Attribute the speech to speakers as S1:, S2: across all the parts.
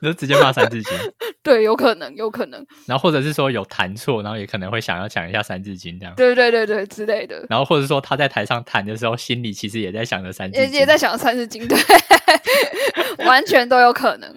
S1: 你就直接骂三字经，
S2: 对，有可能，有可能，
S1: 然后或者是说有弹错，然后也可能会想要讲一下三字经这样。
S2: 对对对对之类的，
S1: 然后或者说他在台上弹的时候，心里其实也在想着三字
S2: 也
S1: 经。
S2: 也在想三字经，对， 完全都有可能。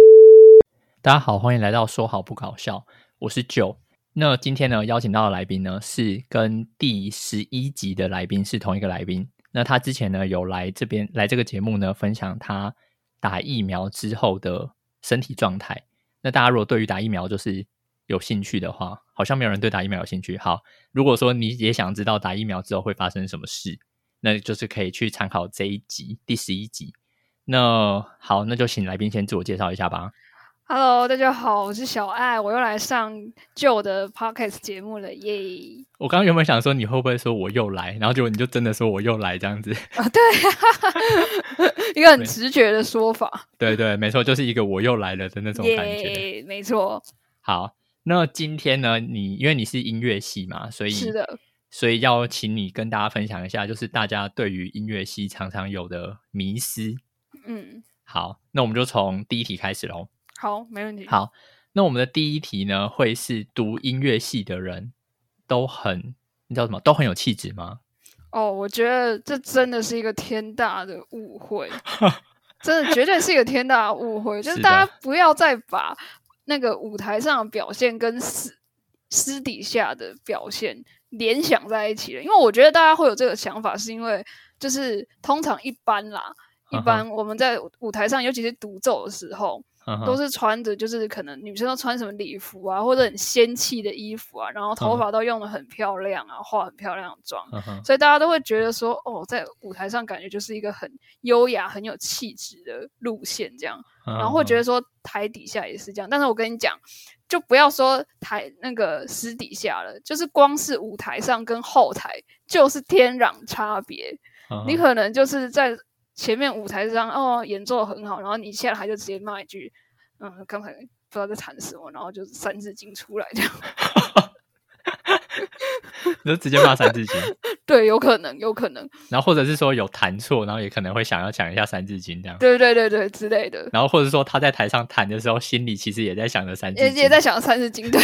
S1: 大家好，欢迎来到说好不搞笑，我是九。那今天呢，邀请到的来宾呢是跟第十一集的来宾是同一个来宾。那他之前呢有来这边来这个节目呢分享他打疫苗之后的身体状态。那大家如果对于打疫苗就是有兴趣的话，好像没有人对打疫苗有兴趣。好，如果说你也想知道打疫苗之后会发生什么事，那就是可以去参考这一集第十一集。那好，那就请来宾先自我介绍一下吧。
S2: Hello，大家好，我是小爱，我又来上旧的 Podcast 节目了，耶！
S1: 我刚刚原本想说你会不会说我又来，然后结果你就真的说我又来这样子。
S2: 啊，对 啊，一个很直觉的说法，
S1: 对对，没错，就是一个我又来了的那种感觉。
S2: 耶，没错，
S1: 好，那今天呢，你因为你是音乐系嘛，所以
S2: 是的，
S1: 所以要请你跟大家分享一下，就是大家对于音乐系常常有的迷思。
S2: 嗯，
S1: 好，那我们就从第一题开始喽。
S2: 好，没问题，
S1: 好，那我们的第一题呢，会是读音乐系的人都很，你知道什么，都很有气质吗？
S2: 哦，我觉得这真的是一个天大的误会，真的绝对是一个天大的误 会，就是
S1: 的
S2: 是大家不要再把那个舞台上的表现跟私私底下的表现联想在一起了，因为我觉得大家会有这个想法，是因为就是通常一般啦。一
S1: 嗯哼
S2: 般我们在舞台上，尤其是独奏的时候，
S1: 嗯
S2: 都
S1: 哼，
S2: 是穿着就是可能女生都穿什么礼服啊，或者很仙气的衣服啊，然后头
S1: 嗯
S2: 发都用的很漂亮啊，化很漂亮的妆，
S1: 嗯哼，
S2: 所以大家都会觉得说，哦，在舞台上感觉就是一个很优雅、很有气质的路线这样，然后会觉
S1: 得
S2: 得说台底下也是这样。但是我跟你讲，就不要说台那个私底下了，就是光是舞台上跟后台就是天壤差别。
S1: 嗯
S2: 你可能就是在前面舞台上哦演奏得很好，然后你下来就直接骂一句，嗯，刚才不知道在谈什么，然后就是三字经出来这样。
S1: 你就直接骂三字经。
S2: 对，有可能，有可能，
S1: 然后或者是说有弹错，然后也可能会想要讲一下《三字经》这样。
S2: 对对对对之类的。
S1: 然后或者说他在台上弹的时候，心里其实也在想着《三字
S2: 也
S1: 经》。
S2: 也在想三字经，对，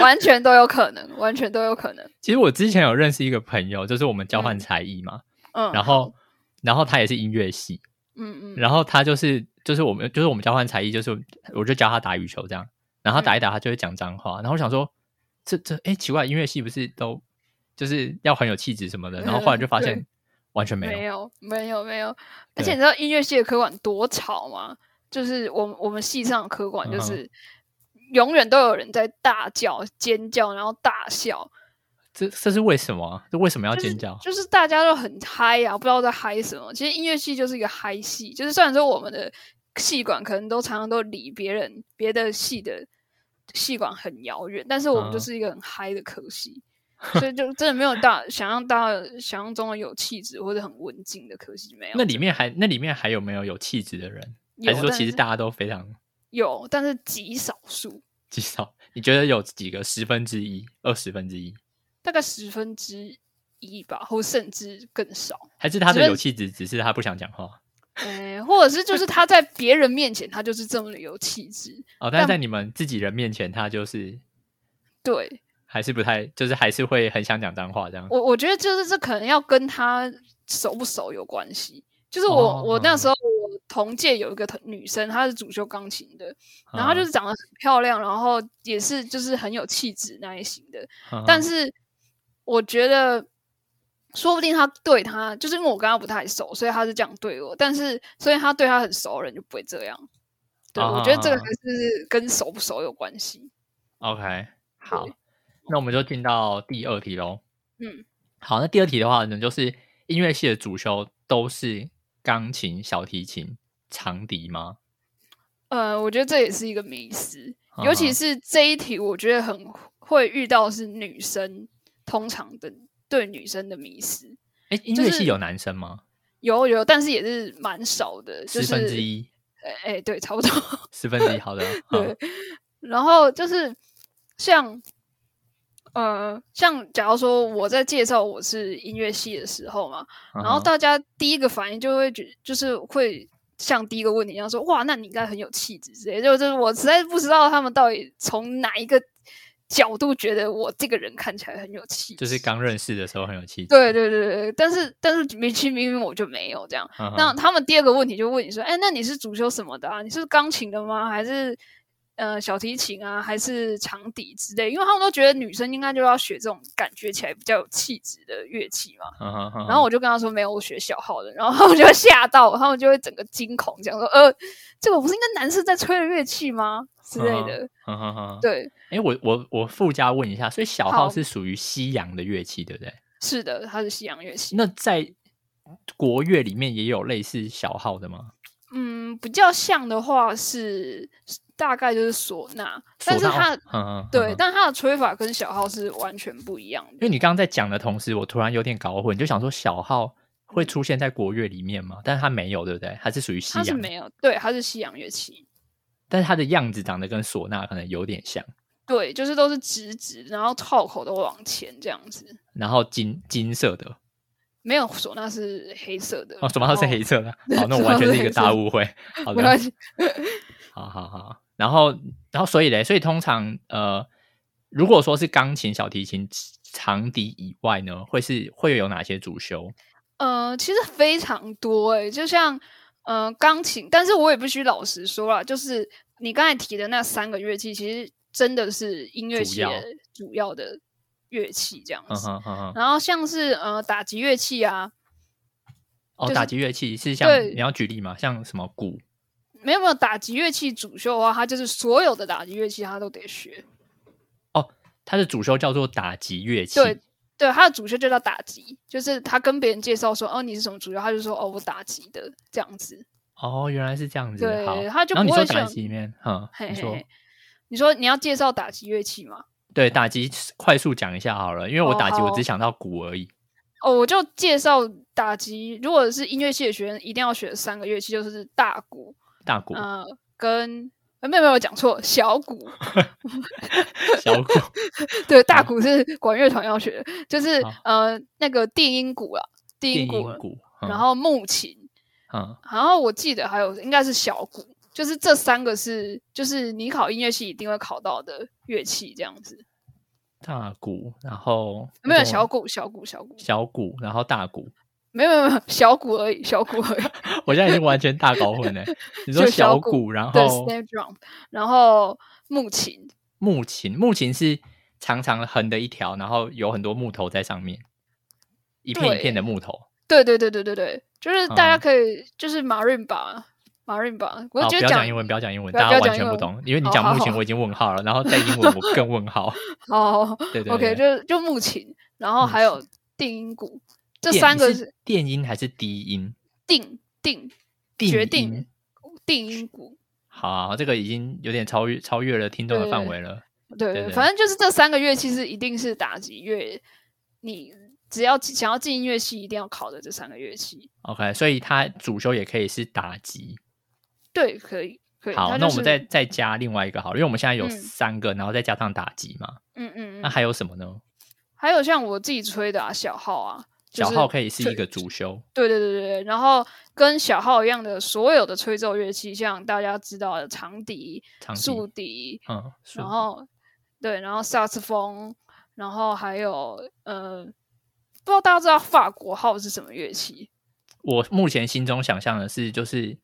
S2: 完全都有可能，完全都有可能。
S1: 其实我之前有认识一个朋友，就是我们交换才艺嘛，
S2: 嗯，
S1: 然后然后他也是音乐系，
S2: 嗯嗯，
S1: 然后他就是就是我们就是我们交换才艺，就是我就教他打羽球这样，然
S2: 嗯
S1: 后他打一打他就会讲脏话，然后我想说这这哎奇怪，音乐系不是都就是要很有气质什么的，然后后来就发
S2: 嗯对
S1: 现完全没有，
S2: 没有没有没有，而
S1: 对
S2: 且你知道音乐系的科管多吵吗？就是我们我们系上的科管就
S1: 嗯哼
S2: 是永远都有人在大叫、尖叫，然后大笑，
S1: 这这是为什么啊？这为什么要
S2: 就是
S1: 尖叫？
S2: 就是大家都很嗨啊，不知道在嗨什么。其实音乐系就是一个嗨系，就是虽然说我们的系管可能都常常都离别人别的系的系管很遥远，但是我们就
S1: 嗯
S2: 是一个很嗨的科系，所以就真的没有大想象大想象中的有气质或者很文静的科系没有。
S1: 那里面还那里面还有没有有气质的人？还
S2: 有
S1: 是说
S2: 但
S1: 其实大家都非常
S2: 有，但是极少数，
S1: 极少？你觉得有几个十分之一、二十分之一，
S2: 大概十分之一吧，或甚至更少。
S1: 还是他
S2: 十
S1: 的
S2: 分
S1: 有气质只是他不想讲话？
S2: 嗯，或者是就是他在别人面前，他就是这么的有气质。
S1: 哦，但是在你们自己人面前，他就是
S2: 对，
S1: 还是不太，就是还是会很想讲脏话这样。
S2: 我我觉得就是这可能要跟他熟不熟有关系。就是我、
S1: 哦
S2: 我那时候我同届有一个同女生，她是主修钢琴的，
S1: 嗯
S2: 然后她就是长得很漂亮，然后也是就是很有气质那一型的，
S1: 嗯，
S2: 但
S1: 是
S2: 是我觉得。说不定她对她，就是因为我跟她不太熟，所以她是这样对我。但是，所以她对她很熟的人就不会这样。对，我觉得这个
S1: 哦
S2: 还是跟熟不熟有关系。
S1: OK，好，那我们就进到第二题喽。
S2: 嗯，
S1: 好，那第二题的话呢，就是音乐系的主修都是钢琴、小提琴、长笛吗？
S2: 呃，我觉得这也是一个迷思。尤
S1: 嗯
S2: 其
S1: 哼
S2: 是这一题，我觉得很会遇到是女生通常的对女生的迷失，
S1: 哎，音
S2: 就
S1: 乐
S2: 是
S1: 系有男生吗？
S2: 有有，但是也是蛮少的，就
S1: 十
S2: 是
S1: 分之，一，
S2: 哎、哎对，差不多。
S1: 十分之一，好的，好嗯
S2: 对，然后就是像呃，像假如说我在介绍我是音乐系的时候嘛，然后
S1: 嗯哼
S2: 大家第一个反应就会觉就是会像第一个问题一样说，哇，那你应该很有气质之类的，就就是我实在是不知道他们到底从哪一个角度觉得我这个人看起来很有气质，
S1: 就是刚认识的时候很有气质。
S2: 对对对对，但是但是明其实明明我就没有这样。
S1: 嗯哼，
S2: 那他们第二个问题就问你说，哎，那你是主修什么的啊？你是钢琴的吗？还是呃小提琴啊？还是长笛之类？因为他们都觉得女生应该就要学这种感觉起来比较有气质的乐器嘛。
S1: 嗯哼，嗯哼
S2: 然后我就跟他说没有，我学小号的，然后他 们就会吓到，他们就会整个惊恐，讲说呃，这个不是应该男生在吹的乐器吗之类的。
S1: 嗯哼哼，
S2: 对，
S1: 哎，我我我附加问一下，所以小号
S2: 好
S1: 是属于西洋的乐器，对不对？
S2: 是的，它是西洋乐器，
S1: 那在国乐里面也有类似小号的吗？
S2: 嗯，比较像的话是大概就是唢呐，但是
S1: 唢呐
S2: 它
S1: 哦嗯哼
S2: 对，
S1: 嗯哼
S2: 但它的吹法跟小号是完全不一样
S1: 因
S2: 的。
S1: 为你刚刚在讲的同时，我突然有点搞混，就想说小号会出现在国乐里面吗？但是它没有，对不对？它是属于西
S2: 它是
S1: 洋，
S2: 没有，对，它是西洋乐器，
S1: 但是它的样子长得跟唢呐可能有点像，
S2: 对，就是都是直直，然后套口都往前这样子。
S1: 然后金金色的
S2: 没有唢呐是黑色的，
S1: 哦，什么号是
S2: 然后
S1: 黑色的？
S2: 对
S1: 好，那我
S2: 唢呐
S1: 完全
S2: 是
S1: 是一个
S2: 黑色
S1: 大
S2: 的
S1: 误会。好
S2: 没关
S1: 的，
S2: 系，
S1: 好好好。然后，然后所以嘞，所以通常呃，如果说是钢琴、小提琴、长笛以外呢，会是会有哪些主修？
S2: 呃，其实非常多诶、就像呃钢琴，但是我也必须老实说啦，就是你刚才提的那三个乐器，其实真的是音乐
S1: 主
S2: 系
S1: 要
S2: 的主要的乐器这样
S1: 嗯
S2: 子。
S1: 哼哼哼。
S2: 然后像是呃打击乐器啊，
S1: 哦，
S2: 就是
S1: 打击乐器是像
S2: 对
S1: 你要举例吗？像什么鼓？
S2: 没有没有打击乐器主修的话，它就是所有的打击乐器它都得学。
S1: 它的主修叫做打击乐器。
S2: 对对，它的主修就叫打击，就是他跟别人介绍说哦你是什么主修，他就说哦我打击的这样子。
S1: 哦，原来是这样子。
S2: 对
S1: 好，
S2: 它就
S1: 然后你
S2: 不
S1: 说
S2: 会
S1: 打
S2: 像
S1: 击里面，嗯，
S2: 嘿
S1: 你
S2: 嘿
S1: 说
S2: 嘿，你说你要介绍打击乐器吗？
S1: 对打击，快速讲一下好了，因为我
S2: 哦
S1: 打击我
S2: 好
S1: 只想到鼓而已。
S2: 哦，我就介绍打击，如果是音乐系的学生，一定要学的三个乐器，就是大鼓，
S1: 大鼓、
S2: 呃，跟呃没有没有我讲错，小鼓，
S1: 小鼓，
S2: 对，大鼓是管乐团要学的，就是
S1: 好
S2: 呃那个电音鼓啦，电
S1: 电
S2: 音
S1: 音
S2: 鼓，
S1: 鼓，
S2: 然
S1: 嗯
S2: 后木琴，
S1: 嗯，
S2: 然后我记得还有应该是小鼓，就是这三个是就是你考音乐系一定会考到的乐器，这样子，
S1: 大鼓，然后
S2: 没有
S1: 那种
S2: 小鼓，小鼓，小鼓，
S1: 小鼓，然后大鼓。
S2: 没有没有没有小鼓而已，小鼓而已。
S1: 我现在已经完全大搞混 了。你说
S2: 就小鼓
S1: 鼓，然
S2: 对
S1: 后
S2: ，snare drum，然后木琴，
S1: 木琴，木琴是长长的横的一条，然后有很多木头在上面，一片一
S2: 对
S1: 片的木头。
S2: 对对对对对对，就是大
S1: 嗯
S2: 家可以、就是 marimba marimba，我
S1: 好，
S2: 觉
S1: 不要
S2: 得讲
S1: 讲英文，不要讲英文，
S2: 不要
S1: 大家
S2: 不
S1: 完
S2: 要讲
S1: 全
S2: 英
S1: 不
S2: 文哦
S1: 懂，因为你
S2: 好
S1: 讲
S2: 好
S1: 木琴
S2: 好
S1: 我已经问号了，然后在英文我更问号。
S2: 哦
S1: 对对
S2: o
S1: 对，
S2: k 就是就木琴，然后
S1: 木
S2: 还有定音鼓，这
S1: 电
S2: 三个
S1: 是
S2: 是
S1: 电音还是低音？
S2: 定定
S1: 定
S2: 决
S1: 音
S2: 定定音鼓，
S1: 好，啊这个已经有点超越超越了听众的
S2: 对
S1: 范围了。
S2: 对
S1: 对对
S2: 反正就是这三个乐器是一定是打击乐，你只要想要进音乐系一定要考的这三个乐器，
S1: OK，所以它主修也可以是打击。
S2: 对，可以可以，
S1: 好，
S2: 它
S1: 那
S2: 就
S1: 我们
S2: 是
S1: 再再加另外一个好了，因为我们现在有
S2: 嗯
S1: 三个，然后再加上打击嘛，
S2: 嗯嗯
S1: 那
S2: 嗯，
S1: 还有什么呢？
S2: 还有像我自己吹的啊，小号啊。就
S1: 小
S2: 是
S1: 号可以是
S2: 吹
S1: 一个主修，
S2: 对对对对对，然后跟小号一样的所有的吹奏乐器，像大家知道的长笛、
S1: 长笛，
S2: 竖笛，
S1: 嗯，竖
S2: 然后对，然后萨克斯风，然后还有呃，不知道大家知道法国号是什么乐器？
S1: 我目前心中想象的是，就是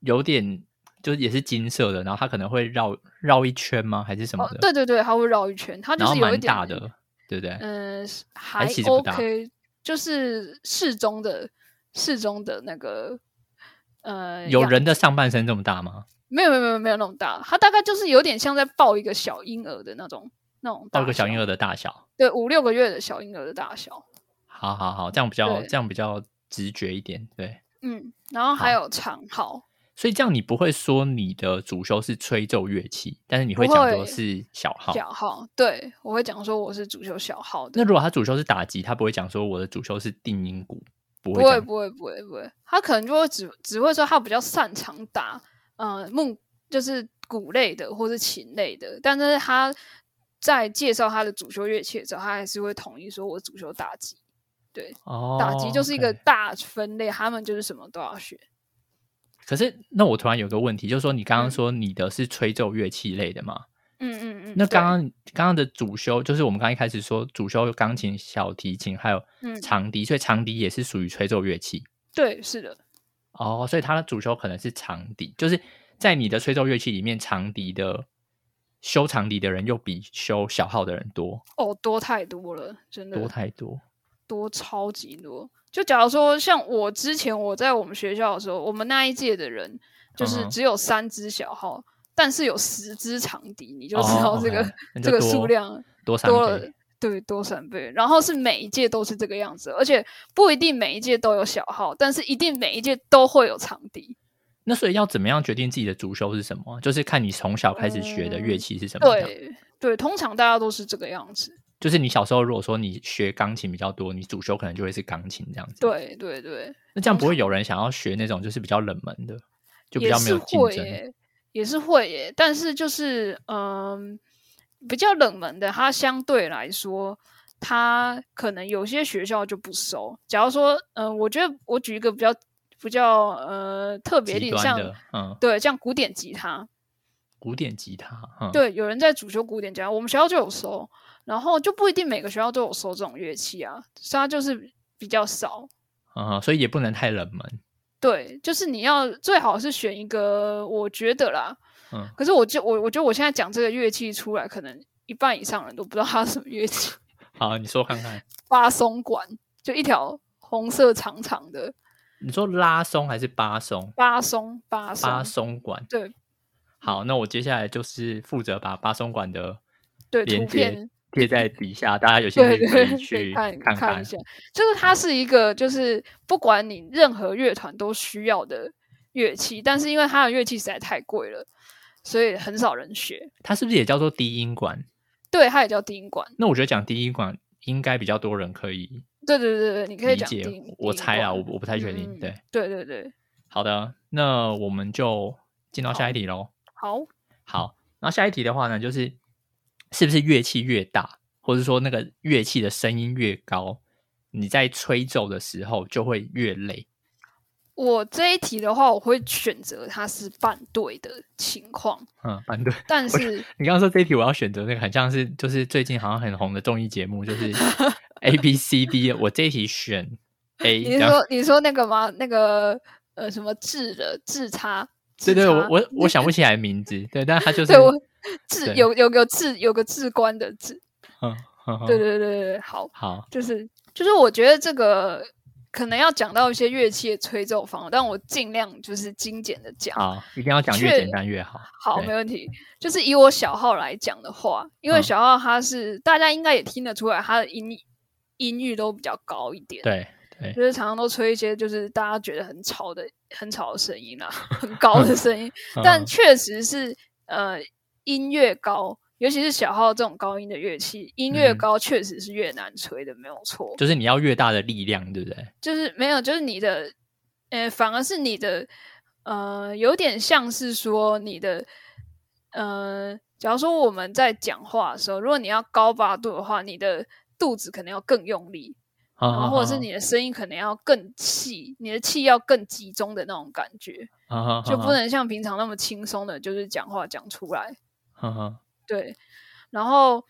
S1: 有点，就是也是金色的，然后它可能会绕绕一圈吗？还是什么
S2: 哦
S1: 的？，
S2: 对对对，它会绕一圈，它就
S1: 然后
S2: 是有
S1: 蛮
S2: 一点
S1: 大的，对不对？
S2: 嗯、
S1: 还
S2: 还
S1: 其实不大
S2: OK，就是适中的适中的那个呃，
S1: 有
S2: 样
S1: 人的上半身这么大吗？
S2: 没有没有没有没有那种大，它大概就是有点像在抱一个小婴儿的那种那种
S1: 抱一个小婴
S2: 儿，
S1: 儿的大小？
S2: 对五六个月的小婴儿的大小，
S1: 好好好，这样比较
S2: 对
S1: 这样比较直觉一点，对。
S2: 嗯，然后还
S1: 好
S2: 有长号，
S1: 所以这样你不会说你的主修是吹奏乐器，但是你会
S2: 不
S1: 讲说
S2: 会
S1: 是小号。
S2: 小号，对我会讲说我是主修小号
S1: 那
S2: 的，
S1: 如果他主修是打击，他不会讲说我的主修是定音鼓，不
S2: 不
S1: 会这
S2: 会
S1: 样。
S2: 不会不会不会，他可能就会只只会说他比较擅长打呃木就是鼓类的或是琴类的，但是他在介绍他的主修乐器的时候，他还是会统一说我主修打击，
S1: 哦，
S2: 打击就是一个
S1: OK
S2: 大分类，他们就是什么都要学。
S1: 可是那我突然有个问题，就是说你刚刚说你的是吹奏乐器类的嘛？
S2: 嗯嗯嗯。
S1: 那
S2: 对
S1: 刚刚刚刚的主修就是我们刚一开始说主修钢琴、小提琴还有
S2: 嗯
S1: 长笛，所以长笛也是属于吹奏乐器
S2: 对是的，
S1: 哦，所以它的主修可能是长笛，就是在你的吹奏乐器里面，长笛的修长笛的人又比修小号的人多
S2: 哦，多太多了，真的
S1: 多太多。
S2: 多超级多。就假如说像我之前我在我们学校的时候，我们那一届的人就是
S1: 嗯哼
S2: 只有三只小号，但是有十只长笛，你就
S1: 哦
S2: 知道这
S1: OK，
S2: 个、
S1: 那就
S2: 这个
S1: 多
S2: 数量啊
S1: 多三
S2: 多了
S1: 倍，
S2: 对，多三倍。然后是每一届都是这个样子，而且不一定每一届都有小号，但是一定每一届都会有长笛。
S1: 那所以要怎么样决定自己的主修是什么？就是看你从小开始学的乐器是什么。这样
S2: 嗯对对，通常大家都是这个样子。
S1: 就是你小时候如果说你学钢琴比较多，你主修可能就会是钢琴这样子。，
S2: 对对对，
S1: 那这样不会有人想要学那种就是比较冷门的，就比
S2: 也
S1: 较没
S2: 是
S1: 有竞
S2: 会
S1: 争。
S2: 耶，也是会耶，但是就是嗯，比较冷门的，它相对来说，它可能有些学校就不收。假如说，嗯，我觉得我举一个比较比较呃特别
S1: 极
S2: 例，
S1: 端
S2: 像
S1: 的，嗯，
S2: 对像古典吉他，
S1: 古典吉他，嗯，，
S2: 对，有人在主修古典吉他，我们学校就有收，然后就不一定每个学校都有收这种乐器啊，所以它就是比较少。
S1: 嗯，所以也不能太冷门，
S2: 对，就是你要最好是选一个，我觉得啦，
S1: 嗯，
S2: 可是我就我我觉得我现在讲这个乐器出来，可能一半以上人都不知道它是什么乐器，
S1: 好，你说看看，
S2: 八松管，就一条红色长长的
S1: 你说拉松还是巴松？
S2: 八松八松，
S1: 巴松管。
S2: 对
S1: 好，那我接下来就是负责把巴松管的
S2: 对，
S1: 连
S2: 图
S1: 接
S2: 片
S1: 贴在底下，大家有兴
S2: 对
S1: 趣可
S2: 对
S1: 以
S2: 对，
S1: 去
S2: 看
S1: 看
S2: 一下，就是它是一个就是不管你任何乐团都需要的乐器，但是因为它的乐器实在太贵了，所以很少人学。
S1: 它是不是也叫做低音管？
S2: 对，它也叫低音管。
S1: 那我觉得讲低音管应该比较多人可以
S2: 对对对对，你可以
S1: 理
S2: 讲低
S1: 解
S2: 音。低
S1: 我
S2: 音
S1: 猜啊，
S2: 管
S1: 我不我不太确
S2: 嗯
S1: 定。
S2: 嗯
S1: 对，
S2: 对对对，
S1: 好的，那我们就进到下一题喽。
S2: 好，
S1: 好，然后下一题的话呢，就是是不是乐器越大，或者说那个乐器的声音越高，你在吹奏的时候就会越累。
S2: 我这一题的话，我会选择它是半对的情况，
S1: 嗯，反对。
S2: 但是
S1: 你刚刚说这一题我要选择那个，很像是就是最近好像很红的综艺节目，就是 A B C D。我这一题选 A，
S2: 你是
S1: 这样
S2: 说你说那个吗？那个呃什么智的智差？
S1: 对对，
S2: 智
S1: 我
S2: 差
S1: 我我想不起来名字，对，但他就是
S2: 对我智
S1: 对
S2: 有有个智有个智官的智，
S1: 嗯，嗯嗯
S2: 对对对对对，好，
S1: 好，
S2: 就是就是我觉得这个可能要讲到一些乐器的吹奏方法，但我尽量就是精简的讲。
S1: 好，一定要讲越
S2: 确
S1: 简单越好。
S2: 好，
S1: 对
S2: 没问题。就是以我小号来讲的话，因为
S1: 嗯
S2: 小号它是、大家应该也听得出来，它的音音域都比较高一点。
S1: 对对，
S2: 就是常常都吹一些就是大家觉得很吵的、很吵的声音啦，啊 很高的声音，但
S1: 嗯
S2: 确实是呃音越高，尤其是小号这种高音的乐器，音越
S1: 嗯
S2: 高确实是越难吹的，没有错。
S1: 就是你要越大的力量，对不对？
S2: 就是没有，就是你的，呃，反而是你的，呃，有点像是说你的，呃，假如说我们在讲话的时候，如果你要高八度的话，你的肚子可能要更用力，
S1: 然
S2: 然后嗯或者是你的声音可能要更气，你的气要更集中的那种感觉，
S1: 嗯
S2: 就
S1: 啊
S2: 不能像平常那么轻松的，就是讲话讲出来。
S1: 能
S2: 对，然后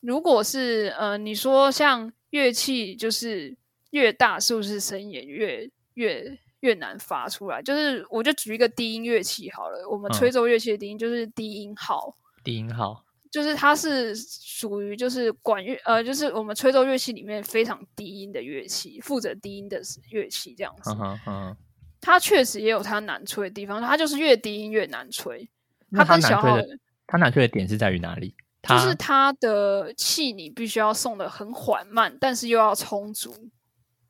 S2: 如果是呃，你说像乐器就是越大，是不是声音也越越越难发出来？就是我就举一个低音乐器好了，我们
S1: 嗯
S2: 吹奏乐器的低音就是低音号，
S1: 低音号。
S2: 就是它是属于就是管乐呃，就是我们吹奏乐器里面非常低音的乐器，负责低音的乐器这样子。
S1: 嗯哼嗯哼，
S2: 它确实也有它难吹的地方，它就是越低音越难吹。
S1: 那
S2: 它跟
S1: 难
S2: 小
S1: 推
S2: 号
S1: 的，它难推的点是在于哪里？它
S2: 就是它的气你必须要送的很缓慢，但是又要充足。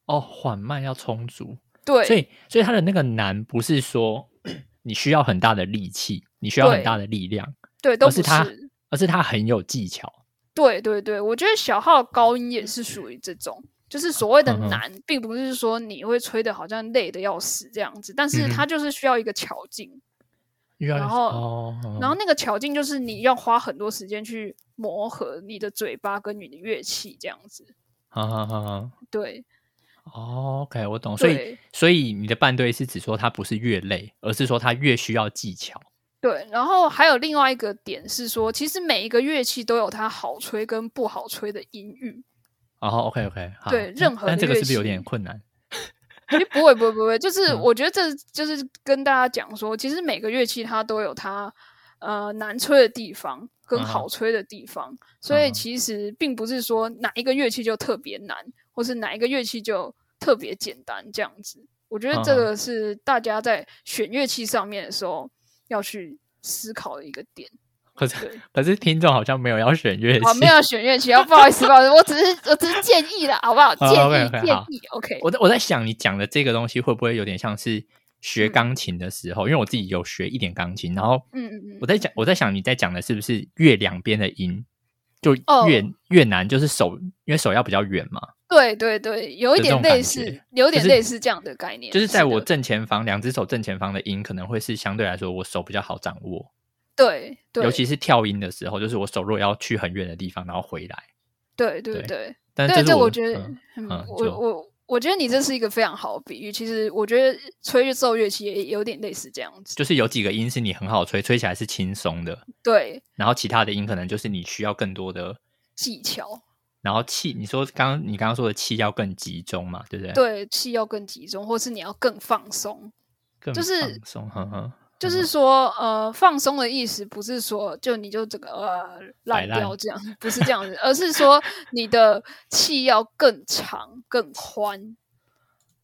S1: 哦，缓慢要充足，所
S2: 对
S1: 以所以它的那个难不是说 你需要很大的力气，你需要很大的力量，
S2: 对，都
S1: 而
S2: 不
S1: 是它而是它很有技巧。
S2: 对对对，我觉得小号高音也是属于这种，就是所谓的
S1: 嗯哼
S2: 难，并不是说你会吹的好像累的要死这样子，但是
S1: 嗯哼哦
S2: 它就是需要一个巧劲，
S1: 又要
S2: 然后
S1: 哦，嗯
S2: 然后那个巧劲就是你要花很多时间去磨合你的嘴巴跟你的乐器这样子。
S1: 嗯嗯嗯嗯
S2: 对，
S1: 哦，OK，我懂。所以
S2: 对，
S1: 所以你的伴队是指说他不是越累，而是说他越需要技巧。
S2: 对，然后还有另外一个点是说，其实每一个乐器都有它好吹跟不好吹的音域。
S1: 然后 OK OK，好哦
S2: 对任何的
S1: 但这个是不是
S2: 乐
S1: 有点
S2: 器
S1: 困难？
S2: 其实不会，不会，不会，就是
S1: 嗯
S2: 我觉得这就是跟大家讲说，其实每个乐器它都有它呃难吹的地方跟
S1: 嗯哼
S2: 好吹的地方，所
S1: 嗯
S2: 以
S1: 哼
S2: 其实并不是说哪一个乐器就特别难，或是哪一个乐器就特别简单这样子。我觉得这
S1: 嗯哼
S2: 个是大家在选乐器上面的时候要去思考的一个点。
S1: 可
S2: 对
S1: 是可是听众好像没有要选乐器，
S2: 好，没有选乐器，哦不好意思，不好意思，我只是我只是建议啦，好不好？建
S1: 好
S2: 议
S1: OK，OK，
S2: 建
S1: 好
S2: 议，OK，
S1: 我在我在想，你讲的这个东西会不会有点像是学钢琴的时候？因为我自己有学一点钢琴，然后
S2: 嗯嗯
S1: 我
S2: 嗯，
S1: 在讲，我在想你在讲的是不是越两边的音就
S2: 哦
S1: 越、越难，就是手因为手要比较远嘛，
S2: 对对对，有一
S1: 的这
S2: 点
S1: 种
S2: 类
S1: 感
S2: 似
S1: 觉，
S2: 有点
S1: 就是
S2: 类似这样的概念，
S1: 就是在
S2: 的
S1: 我正前方两只手正前方的音可能会是相对来说我手比较好掌握，
S2: 对对，
S1: 尤其是跳音的时候，就是我手若要去很远的地方然后回来，
S2: 对对
S1: 对
S2: 对
S1: 但是
S2: 对，
S1: 这是
S2: 我
S1: 我
S2: 觉得
S1: 嗯，
S2: 嗯
S1: 嗯
S2: 我
S1: 就
S2: 我我觉得你这是一个非常好的比喻，其实我觉得吹奏乐器也有点类似这样子，
S1: 就是有几个音是你很好吹，吹起来是轻松的，
S2: 对
S1: 然后其他的音可能就是你需要更多的
S2: 技巧，
S1: 然后气，你说刚刚你刚刚说的气要更集中嘛，对不对？，
S2: 对气要更集中，或是你要更放松，
S1: 更
S2: 就是
S1: 放松，呵呵，
S2: 就是说，呃，放松的意思不是说就你就整个呃
S1: 摆
S2: 烂
S1: 烂
S2: 掉这样，不是这样子，而是说你的气要更长、更宽。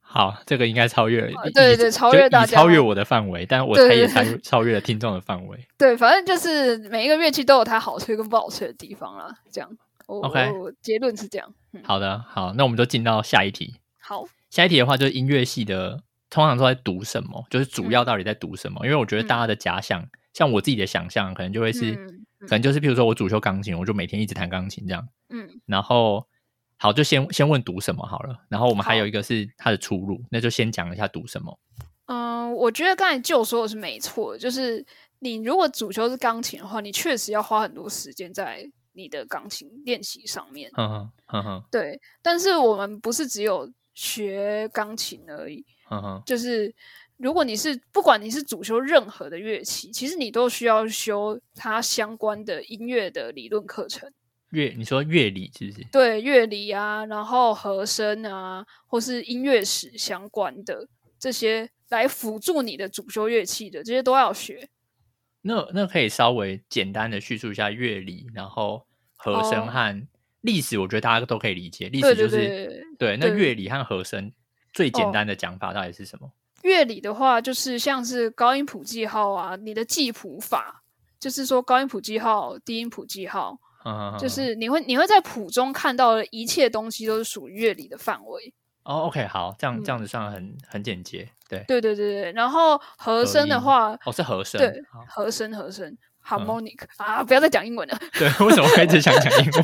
S1: 好，这个应该超越了，
S2: 啊
S1: 已
S2: 对
S1: 已
S2: 对
S1: 就
S2: 超越
S1: 已
S2: 大家
S1: 超越我的范围，但我
S2: 对
S1: 猜也
S2: 对
S1: 超越超越了听众的范围。
S2: 对，反正就是每一个乐器都有它好吹跟不好吹的地方啦。这样，我
S1: OK
S2: 我结论是这样。嗯，
S1: 好的，好，那我们就进到下一题。
S2: 好，
S1: 下一题的话，就是音乐系的通常都在读什么，就是
S2: 嗯
S1: 主要到底在读什么？因为我觉得大家的假想，像我自己的想象，可能就会是，
S2: 嗯嗯
S1: 可能就是譬如说我主修钢琴，我就每天一直弹钢琴这样。
S2: 嗯，
S1: 然后好，就先先问读什么好了。然后我们还
S2: 好
S1: 有一个是它的出路，那就先讲一下读什么。
S2: 嗯、我觉得刚才就说的是没错的，就是你如果主修是钢琴的话，你确实要花很多时间在你的钢琴练习上面。
S1: 哼哼哼哼
S2: 对，但是我们不是只有学钢琴而已，
S1: 哼哼，
S2: 就是如果你是不管你是主修任何的乐器，其实你都需要修它相关的音乐的理论课程，
S1: 乐你说乐理是不是？
S2: 对乐理啊，然后和声啊，或是音乐史相关的这些来辅助你的主修乐器的，这些都要学。
S1: 那那可以稍微简单的叙述一下乐理，然后和声
S2: 哦
S1: 和历史，我觉得大家都可以理解。历
S2: 对
S1: 史
S2: 对
S1: 就
S2: 对
S1: 是
S2: 对对。
S1: 对，那
S2: 对
S1: 乐理和和声最简
S2: 哦
S1: 单的讲法到底是什么？
S2: 乐理的话，就是像是高音谱记号啊，你的记谱法，就是说高音谱记号、低音谱记号，
S1: 嗯哼哼
S2: 就
S1: 哼
S2: 是你会你会在谱中看到的一切东西都是属于乐理的范围。
S1: 哦，OK，好，这样这
S2: 嗯
S1: 样子算很很简洁，对，
S2: 对对对对，然后和
S1: 和
S2: 声的
S1: 音嗯
S2: 话，
S1: 哦是和声，
S2: 对
S1: 好
S2: 和声和声 harmonic、啊，不要再讲英文了，
S1: 对，为什么会一直想讲英文？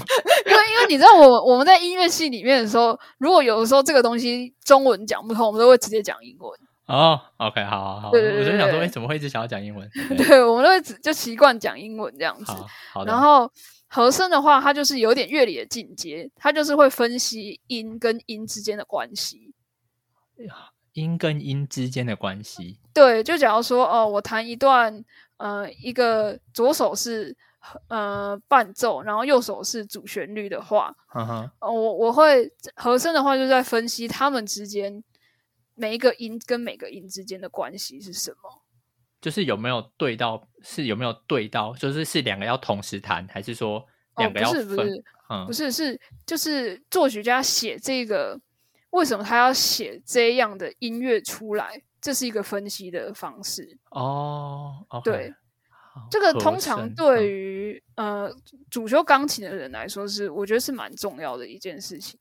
S2: 因为因为你知道我我们在音乐系里面的时候，如果有的时候这个东西中文讲不通，我们都会直接讲英文。
S1: 哦，OK，好好好，
S2: 对对对
S1: 我就想说，
S2: 对
S1: 哎，怎么会一直想要讲英文？对
S2: 对，我们都会只就习惯讲英文这样子。
S1: 好好的，
S2: 然后和声的话，它就是有点乐理的进阶，它就是会分析音跟音之间的关系。
S1: 音跟音之间的关系，
S2: 对，就假如说哦，我弹一段，呃，一个左手是呃伴奏，然后右手是主旋律的话，
S1: 哼哼，
S2: 呃、我我会和声的话，就在分析他们之间每一个音跟每个音之间的关系是什么。
S1: 就是有没有对到，是有没有对到，就是是两个要同时弹，还是说
S2: 哦，
S1: 两个
S2: 不
S1: 要
S2: 是
S1: 分？
S2: 不是
S1: 嗯
S2: 不是是就是作曲家写这个，为什么他要写这样的音乐出来？这是一个分析的方式。
S1: 哦，OK，
S2: 对
S1: 好，
S2: 这个
S1: 和
S2: 通常
S1: 声
S2: 对
S1: 嗯
S2: 于、呃主修钢琴的人来说是，我觉得是蛮重要的一件事情，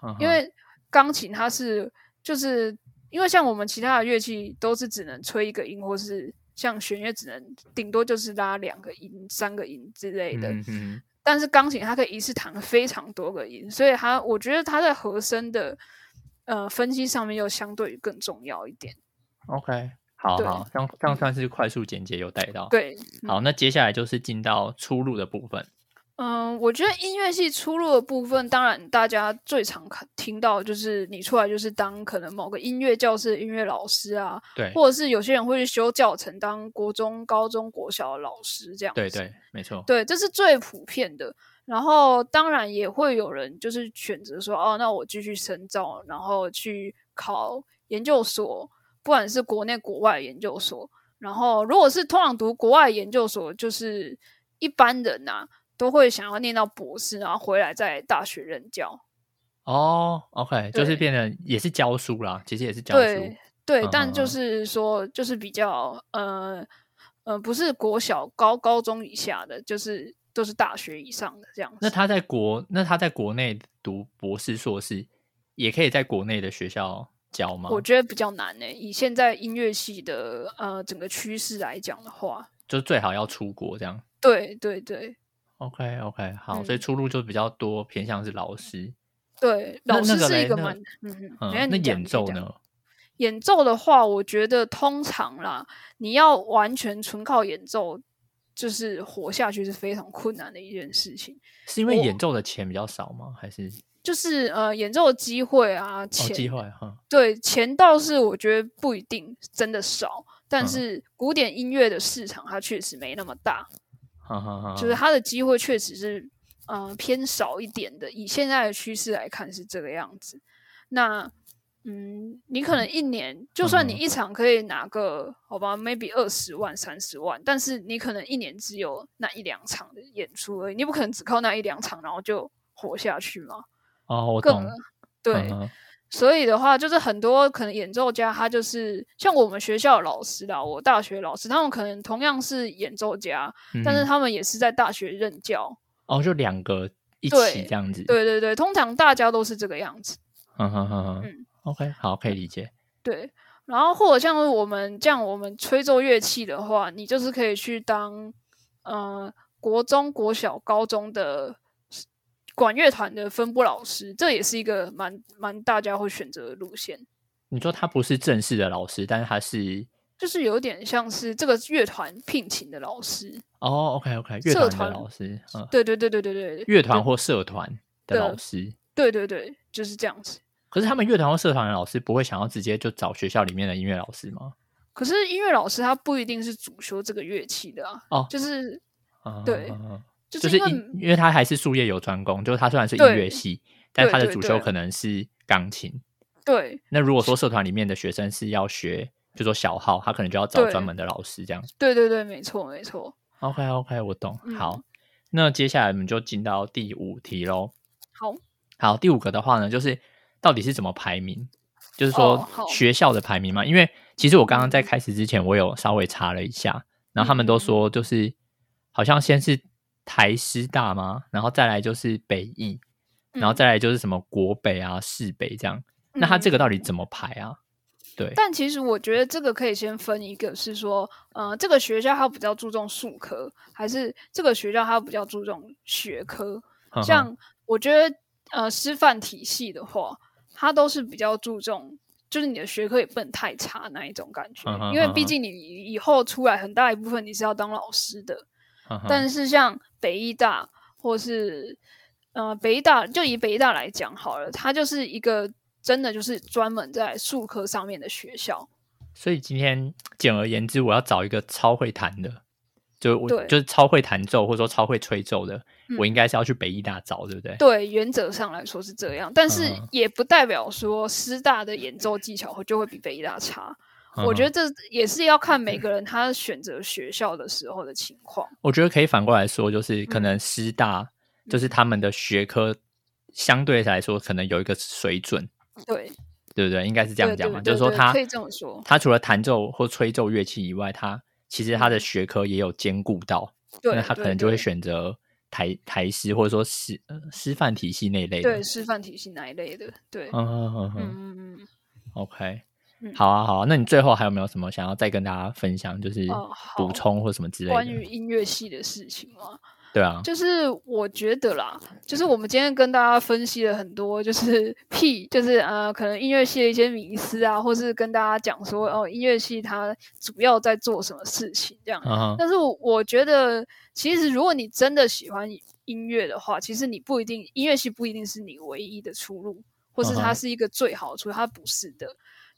S1: 哼嗯
S2: 因
S1: 哼
S2: 为钢琴它是就是因为像我们其他的乐器都是只能吹一个音，或是像弦乐只能顶多就是拉两个音、三个音之类的，
S1: 嗯哼哼
S2: 但是钢琴它可以一次弹非常多个音，所以它我觉得它在和声的呃分析上面又相对于更重要一点。
S1: ，OK，好
S2: 对
S1: 好，这样这样算是快速简洁有带到，
S2: 对，
S1: 好，那接下来就是进到出路的部分。
S2: 嗯，我觉得音乐系出路的部分，当然大家最常看听到就是你出来就是当可能某个音乐教室的音乐老师啊，
S1: 对
S2: 或者是有些人会去修教程当国中、高中、国小的老师这样子。
S1: 对对，没错，
S2: 对，这是最普遍的。然后当然也会有人就是选择说，哦，那我继续深造，然后去考研究所，不管是国内国外的研究所。然后如果是通常读国外研究所，就是一般人呐、都会想要念到博士，然后回来在大学任教。
S1: 哦，OK，就是
S2: 对
S1: 变成也是教书啦，其实也是教书
S2: 对，对，
S1: 嗯
S2: 但
S1: 嗯
S2: 就
S1: 嗯
S2: 是说，就是比较呃呃，不是国小、高高中以下的，就是都是大学以上的这样子。
S1: 那他在国，那他在国内读博士、硕士，也可以在国内的学校教吗？
S2: 我觉得比较难呢、以现在音乐系的呃整个趋势来讲的话，
S1: 就最好要出国这样。
S2: 对对对
S1: OK OK，好，
S2: 嗯
S1: 所以出路就比较多，偏向是老师。
S2: 对，
S1: 那
S2: 老师
S1: 那个
S2: 是一
S1: 嘞
S2: 个
S1: 那
S2: 蛮嗯嗯，
S1: 嗯
S2: 没有，
S1: 那
S2: 你讲
S1: 演奏？
S2: 你讲
S1: 呢？
S2: 演奏的话，我觉得通常啦，你要完全纯靠演奏，就是活下去是非常困难的一件事情。
S1: 是因为
S2: 我
S1: 演奏的钱比较少吗？还是
S2: 就是呃，演奏的机会啊，
S1: 哦机
S2: 钱、
S1: 会哈？
S2: 对钱倒是我觉得不一定真的少，但
S1: 嗯
S2: 是古典音乐的市场它确实没那么大。
S1: 哈哈哈，
S2: 就是他的机会确实是呃偏少一点的，以现在的趋势来看是这个样子。那嗯，你可能一年，就算你
S1: 嗯
S2: 一场可以拿个好吧，maybe 二十万、三十万，但是你可能一年只有那一两场的演出而已，你不可能只靠那一两场然后就活下去嘛。
S1: 哦，我
S2: 更
S1: 懂，
S2: 对，
S1: 嗯哼
S2: 所以的话，就是很多可能演奏家，他就是像我们学校的老师啦，我大学的老师，他们可能同样是演奏家，但是
S1: 嗯
S2: 他们也是在大学任教，
S1: 哦，就两个一起
S2: 对
S1: 这样子，，
S2: 对对对，通常大家都是这个样子。
S1: 嗯哼哼哼
S2: 嗯
S1: ，OK，好，可以理解，
S2: 对，然后或者像我们这样，我们吹奏乐器的话，你就是可以去当呃国中、国小、高中的管乐团的分部老师，这也是一个蛮蛮大家会选择的路线，
S1: 你说他不是正式的老师，但是他是
S2: 就是有点像是这个乐团聘请的老师。
S1: 哦，OK OK，
S2: 社
S1: 乐团的
S2: 团
S1: 老师，嗯，
S2: 对对对对对对，
S1: 乐团或社团的老
S2: 的
S1: 师。
S2: 对对对，就是这样子。
S1: 可是他们乐团或社团的老师不会想要直接就找学校里面的音乐老师吗？
S2: 可是音乐老师他不一定是主修这个乐器的啊，
S1: 哦
S2: 就是
S1: 嗯
S2: 对
S1: 嗯嗯嗯
S2: 就
S1: 就是
S2: 因为
S1: 音，因为他还是术业有专攻，就是他虽然是音
S2: 对
S1: 乐系，但他的
S2: 对
S1: 主
S2: 对
S1: 修可能是钢琴。
S2: 对，
S1: 那如果说社团里面的学生是要学，比如说小号，他可能就要找
S2: 对
S1: 专门的老师这样。
S2: 对对对，没错没错。
S1: OK OK，我懂。
S2: 嗯
S1: 好，那接下来我们就进到第五题喽。
S2: 好，
S1: 好，第五个的话呢，就是到底是怎么排名？就是说
S2: 哦好嗯
S1: 学校的排名嘛，因为其实我刚刚在开始之前，我有稍微查了一下，然后他们都说就是好像先是台师大嘛，然后再来就是北艺，然后
S2: 嗯
S1: 再来就是什么国北啊、市北这样。那它这个
S2: 嗯
S1: 到底怎么排啊？对，
S2: 但其实我觉得这个可以先分一个，是说，呃，这个学校它比较注重术科，还是这个学校它比较注重学科？
S1: 嗯哼哼
S2: 像我觉得，呃，师范体系的话，它都是比较注重，就是你的学科也不能太差那一种感觉，
S1: 嗯哼
S2: 因为
S1: 嗯
S2: 毕
S1: 哼
S2: 竟你以后出来很大一部分你是要当老师的，
S1: 哼哼
S2: 但是像北医大或是呃北医大，就以北医大来讲好了，它就是一个真的就是专门在术科上面的学校。
S1: 所以今天简而言之，我要找一个超会弹的，就我
S2: 对
S1: 就是超会弹奏或者说超会吹奏的，我
S2: 嗯
S1: 应该是要去北艺大找，对不对？
S2: 对，原则上来说是这样，但是
S1: 嗯哼
S2: 也不代表说师大的演奏技巧会就会比北医大差。我觉
S1: 得。
S2: 得这也是要看每个人他选择学校的时候的情况。
S1: 嗯我觉得可以反过来说，就是可
S2: 嗯
S1: 能师大、就是他们的学科相对来说可能有一个水准，
S2: 对，
S1: 对不对？应该是这样
S2: 对
S1: 讲
S2: 对
S1: 嘛，
S2: 对
S1: 就是说
S2: 对
S1: 他
S2: 可以这么说
S1: 他除了弹奏或吹奏乐器以外，他其实他的学科也有兼顾到，
S2: 嗯对，
S1: 那他可
S2: 对
S1: 能就会
S2: 对
S1: 选择台台师或者说师呃师范体系那一类的。
S2: 对师范体系那一类的。对，
S1: 嗯嗯嗯
S2: 嗯
S1: 嗯
S2: 嗯嗯。
S1: ，OK，
S2: 嗯
S1: 好啊好啊，那你最后还有没有什么想要再跟大家分享，就是
S2: 哦好
S1: 补充或什么之类的？
S2: 关于音乐系的事情吗？
S1: 对啊，
S2: 就是我觉得啦，就是我们今天跟大家分析了很多，就是 屁，就是呃，可能音乐系的一些迷思啊，或是跟大家讲说哦，音乐系它主要在做什么事情这样。
S1: 嗯哼
S2: 但是我我觉得，其实如果你真的喜欢音乐的话，其实你不一定音乐系不一定是你唯一的出路，或是
S1: 嗯
S2: 它
S1: 哼
S2: 是一个最好的出路，它不是的。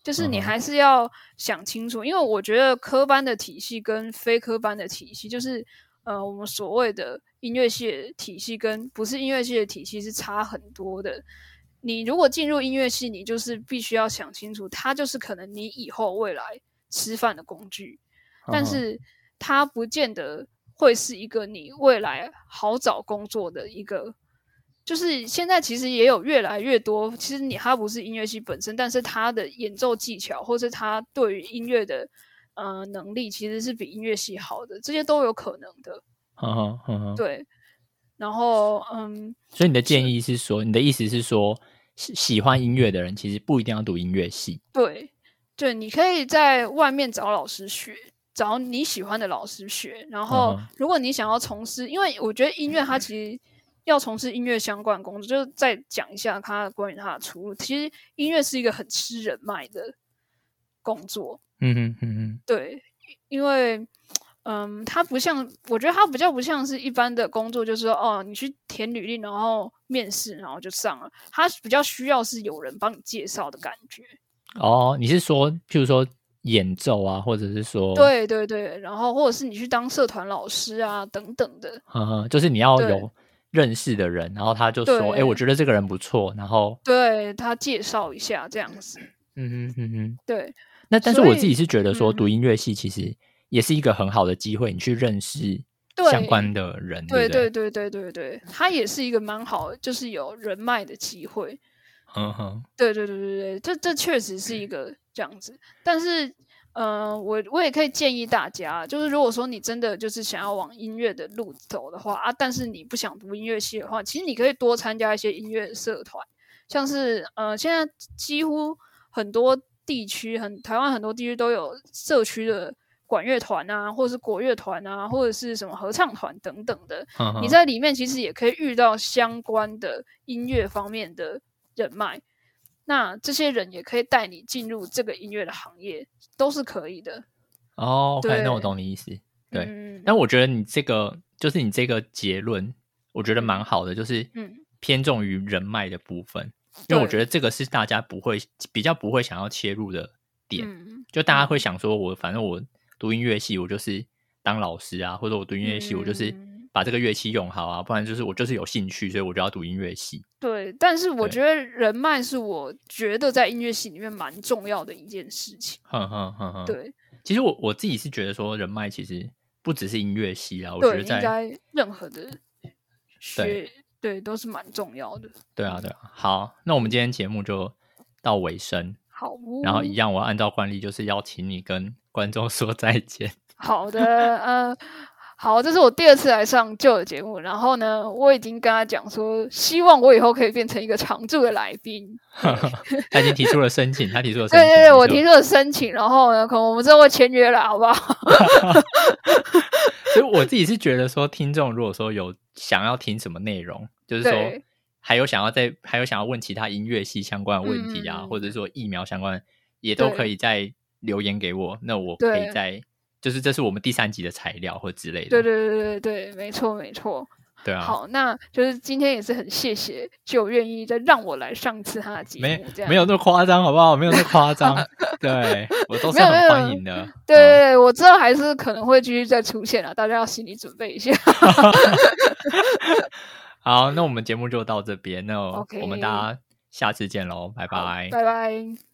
S2: 就是你
S1: 嗯哼
S2: 还是要想清楚，因为我觉得科班的体系跟非科班的体系，就是呃，我们所谓的音乐系的体系跟不是音乐系的体系是差很多的。你如果进入音乐系，你就是必须要想清楚，它就是可能你以后未来吃饭的工具。但
S1: 嗯哼
S2: 是它不见得会是一个你未来好找工作的一个。就是现在其实也有越来越多，其实你他不是音乐系本身，但是他的演奏技巧或是他对于音乐的呃能力，其实是比音乐系好的，这些都有可能的。
S1: 嗯哼嗯哼，
S2: 对，然后嗯，
S1: 所以你的建议是说，你的意思是说，喜喜欢音乐的人其实不一定要读音乐系。
S2: 对，对，你可以在外面找老师学，找你喜欢的老师学。然后
S1: 嗯哼，
S2: 如果你想要从事，因为我觉得音乐它其实要从事音乐相关的工作，就是再讲一下它关于它的出路。其实音乐是一个很吃人脉的工作，
S1: 嗯哼嗯哼，
S2: 对，因为嗯，它不像，我觉得它比较不像是一般的工作，就是说哦，你去填履历，然后面试，然后就上了。它比较需要是有人帮你介绍的感觉。
S1: 哦，你是说，譬如说演奏啊，或者是说，，
S2: 对对对，然后或者是你去当社团老师啊等等的，
S1: 嗯哼，就是你要
S2: 对
S1: 有认识的人，然后他就说，
S2: 对
S1: 哎，我觉得这个人不错，然后，
S2: 对他介绍一下这样子。
S1: 嗯哼嗯哼，
S2: 对
S1: 那但是
S2: 所
S1: 我
S2: 以
S1: 自己是觉得说，
S2: 嗯
S1: 读音乐系其实也是一个很好的机会，你去认识
S2: 对
S1: 相关的人，
S2: 对
S1: 不
S2: 对对对对对，他也是一个蛮好，就是有人脉的机会。
S1: 嗯哼，
S2: 对对对对对，这这确实是一个这样子。但是，嗯、我我也可以建议大家，啊就是如果说你真的就是想要往音乐的路走的话啊，但是你不想读音乐系的话，其实你可以多参加一些音乐社团，像是呃，现在几乎很多地区，很台湾很多地区都有社区的。管乐团啊，或者是国乐团啊，或者是什么合唱团等等的，
S1: 嗯哼
S2: 你在里面其实也可以遇到相关的音乐方面的人脉，那这些人也可以带你进入这个音乐的行业，都是可以的。
S1: 哦，OK，那我
S2: 对
S1: 懂你意思。对
S2: 嗯
S1: 但我觉得你这个就是你这个结论，我觉得蛮好的，就是
S2: 嗯
S1: 偏重于人脉的部分，因为我
S2: 对
S1: 觉得这个是大家不会比较不会想要切入的点，
S2: 嗯
S1: 就大家会想说我反正我读音乐系，我就是当老师啊，或者我读音乐系，我就是
S2: 嗯
S1: 把这个乐器用好啊，不然就是我就是有兴趣，所以我就要读音乐系。
S2: 对，但是我
S1: 对
S2: 觉得人脉是我觉得在音乐系里面蛮重要的一件事情。
S1: 哼哼哼哼，。
S2: 对
S1: 其实我我自己是觉得说人脉其实不只是音乐系啊，我觉
S2: 对，
S1: 得
S2: 应
S1: 在
S2: 该任何的学对都是蛮重要的。
S1: 对啊，对啊。好，那我们今天节目就到尾声，
S2: 好哦，
S1: 然后一样，我按照惯例就是邀请你跟观众 说再 见。
S2: 好的，呃，好，这是我第二次来上旧的节目，然后呢，我已经跟他讲说，希望我以后可以变成一个常驻的来宾。
S1: 他已经提出了申请，他提 出了申
S2: 对
S1: 请。
S2: 对对，我
S1: 没错
S2: 提出了申请，然后呢，可能我们之后会签约了，好不好？
S1: 所以我自己是觉得说，听众如果说有想要听什么内容，就是说
S2: 对
S1: 还有想要在还有想要问其他音乐系相关的问题啊，
S2: 嗯嗯嗯
S1: 或者说疫苗相关的，也都
S2: 对
S1: 可以再留言给我。那我可以
S2: 对
S1: 再就是这是我们第三集的材料或之类的。
S2: 对对对对对，没错没错。
S1: 对啊，
S2: 好，那就是今天也是很谢谢就愿意再让我来上一次他的节
S1: 没
S2: 目，这样
S1: 没有那么夸张，好不好？没有那么夸 张，对我都是
S2: 没有没
S1: 很
S2: 有
S1: 欢迎的。嗯
S2: 对对对，我之后还是可能会继续再出现啊，大家要心理准备一下。
S1: 好，那我们节目就到这边，那
S2: OK
S1: 我们大家下次见喽，拜拜。
S2: 拜拜。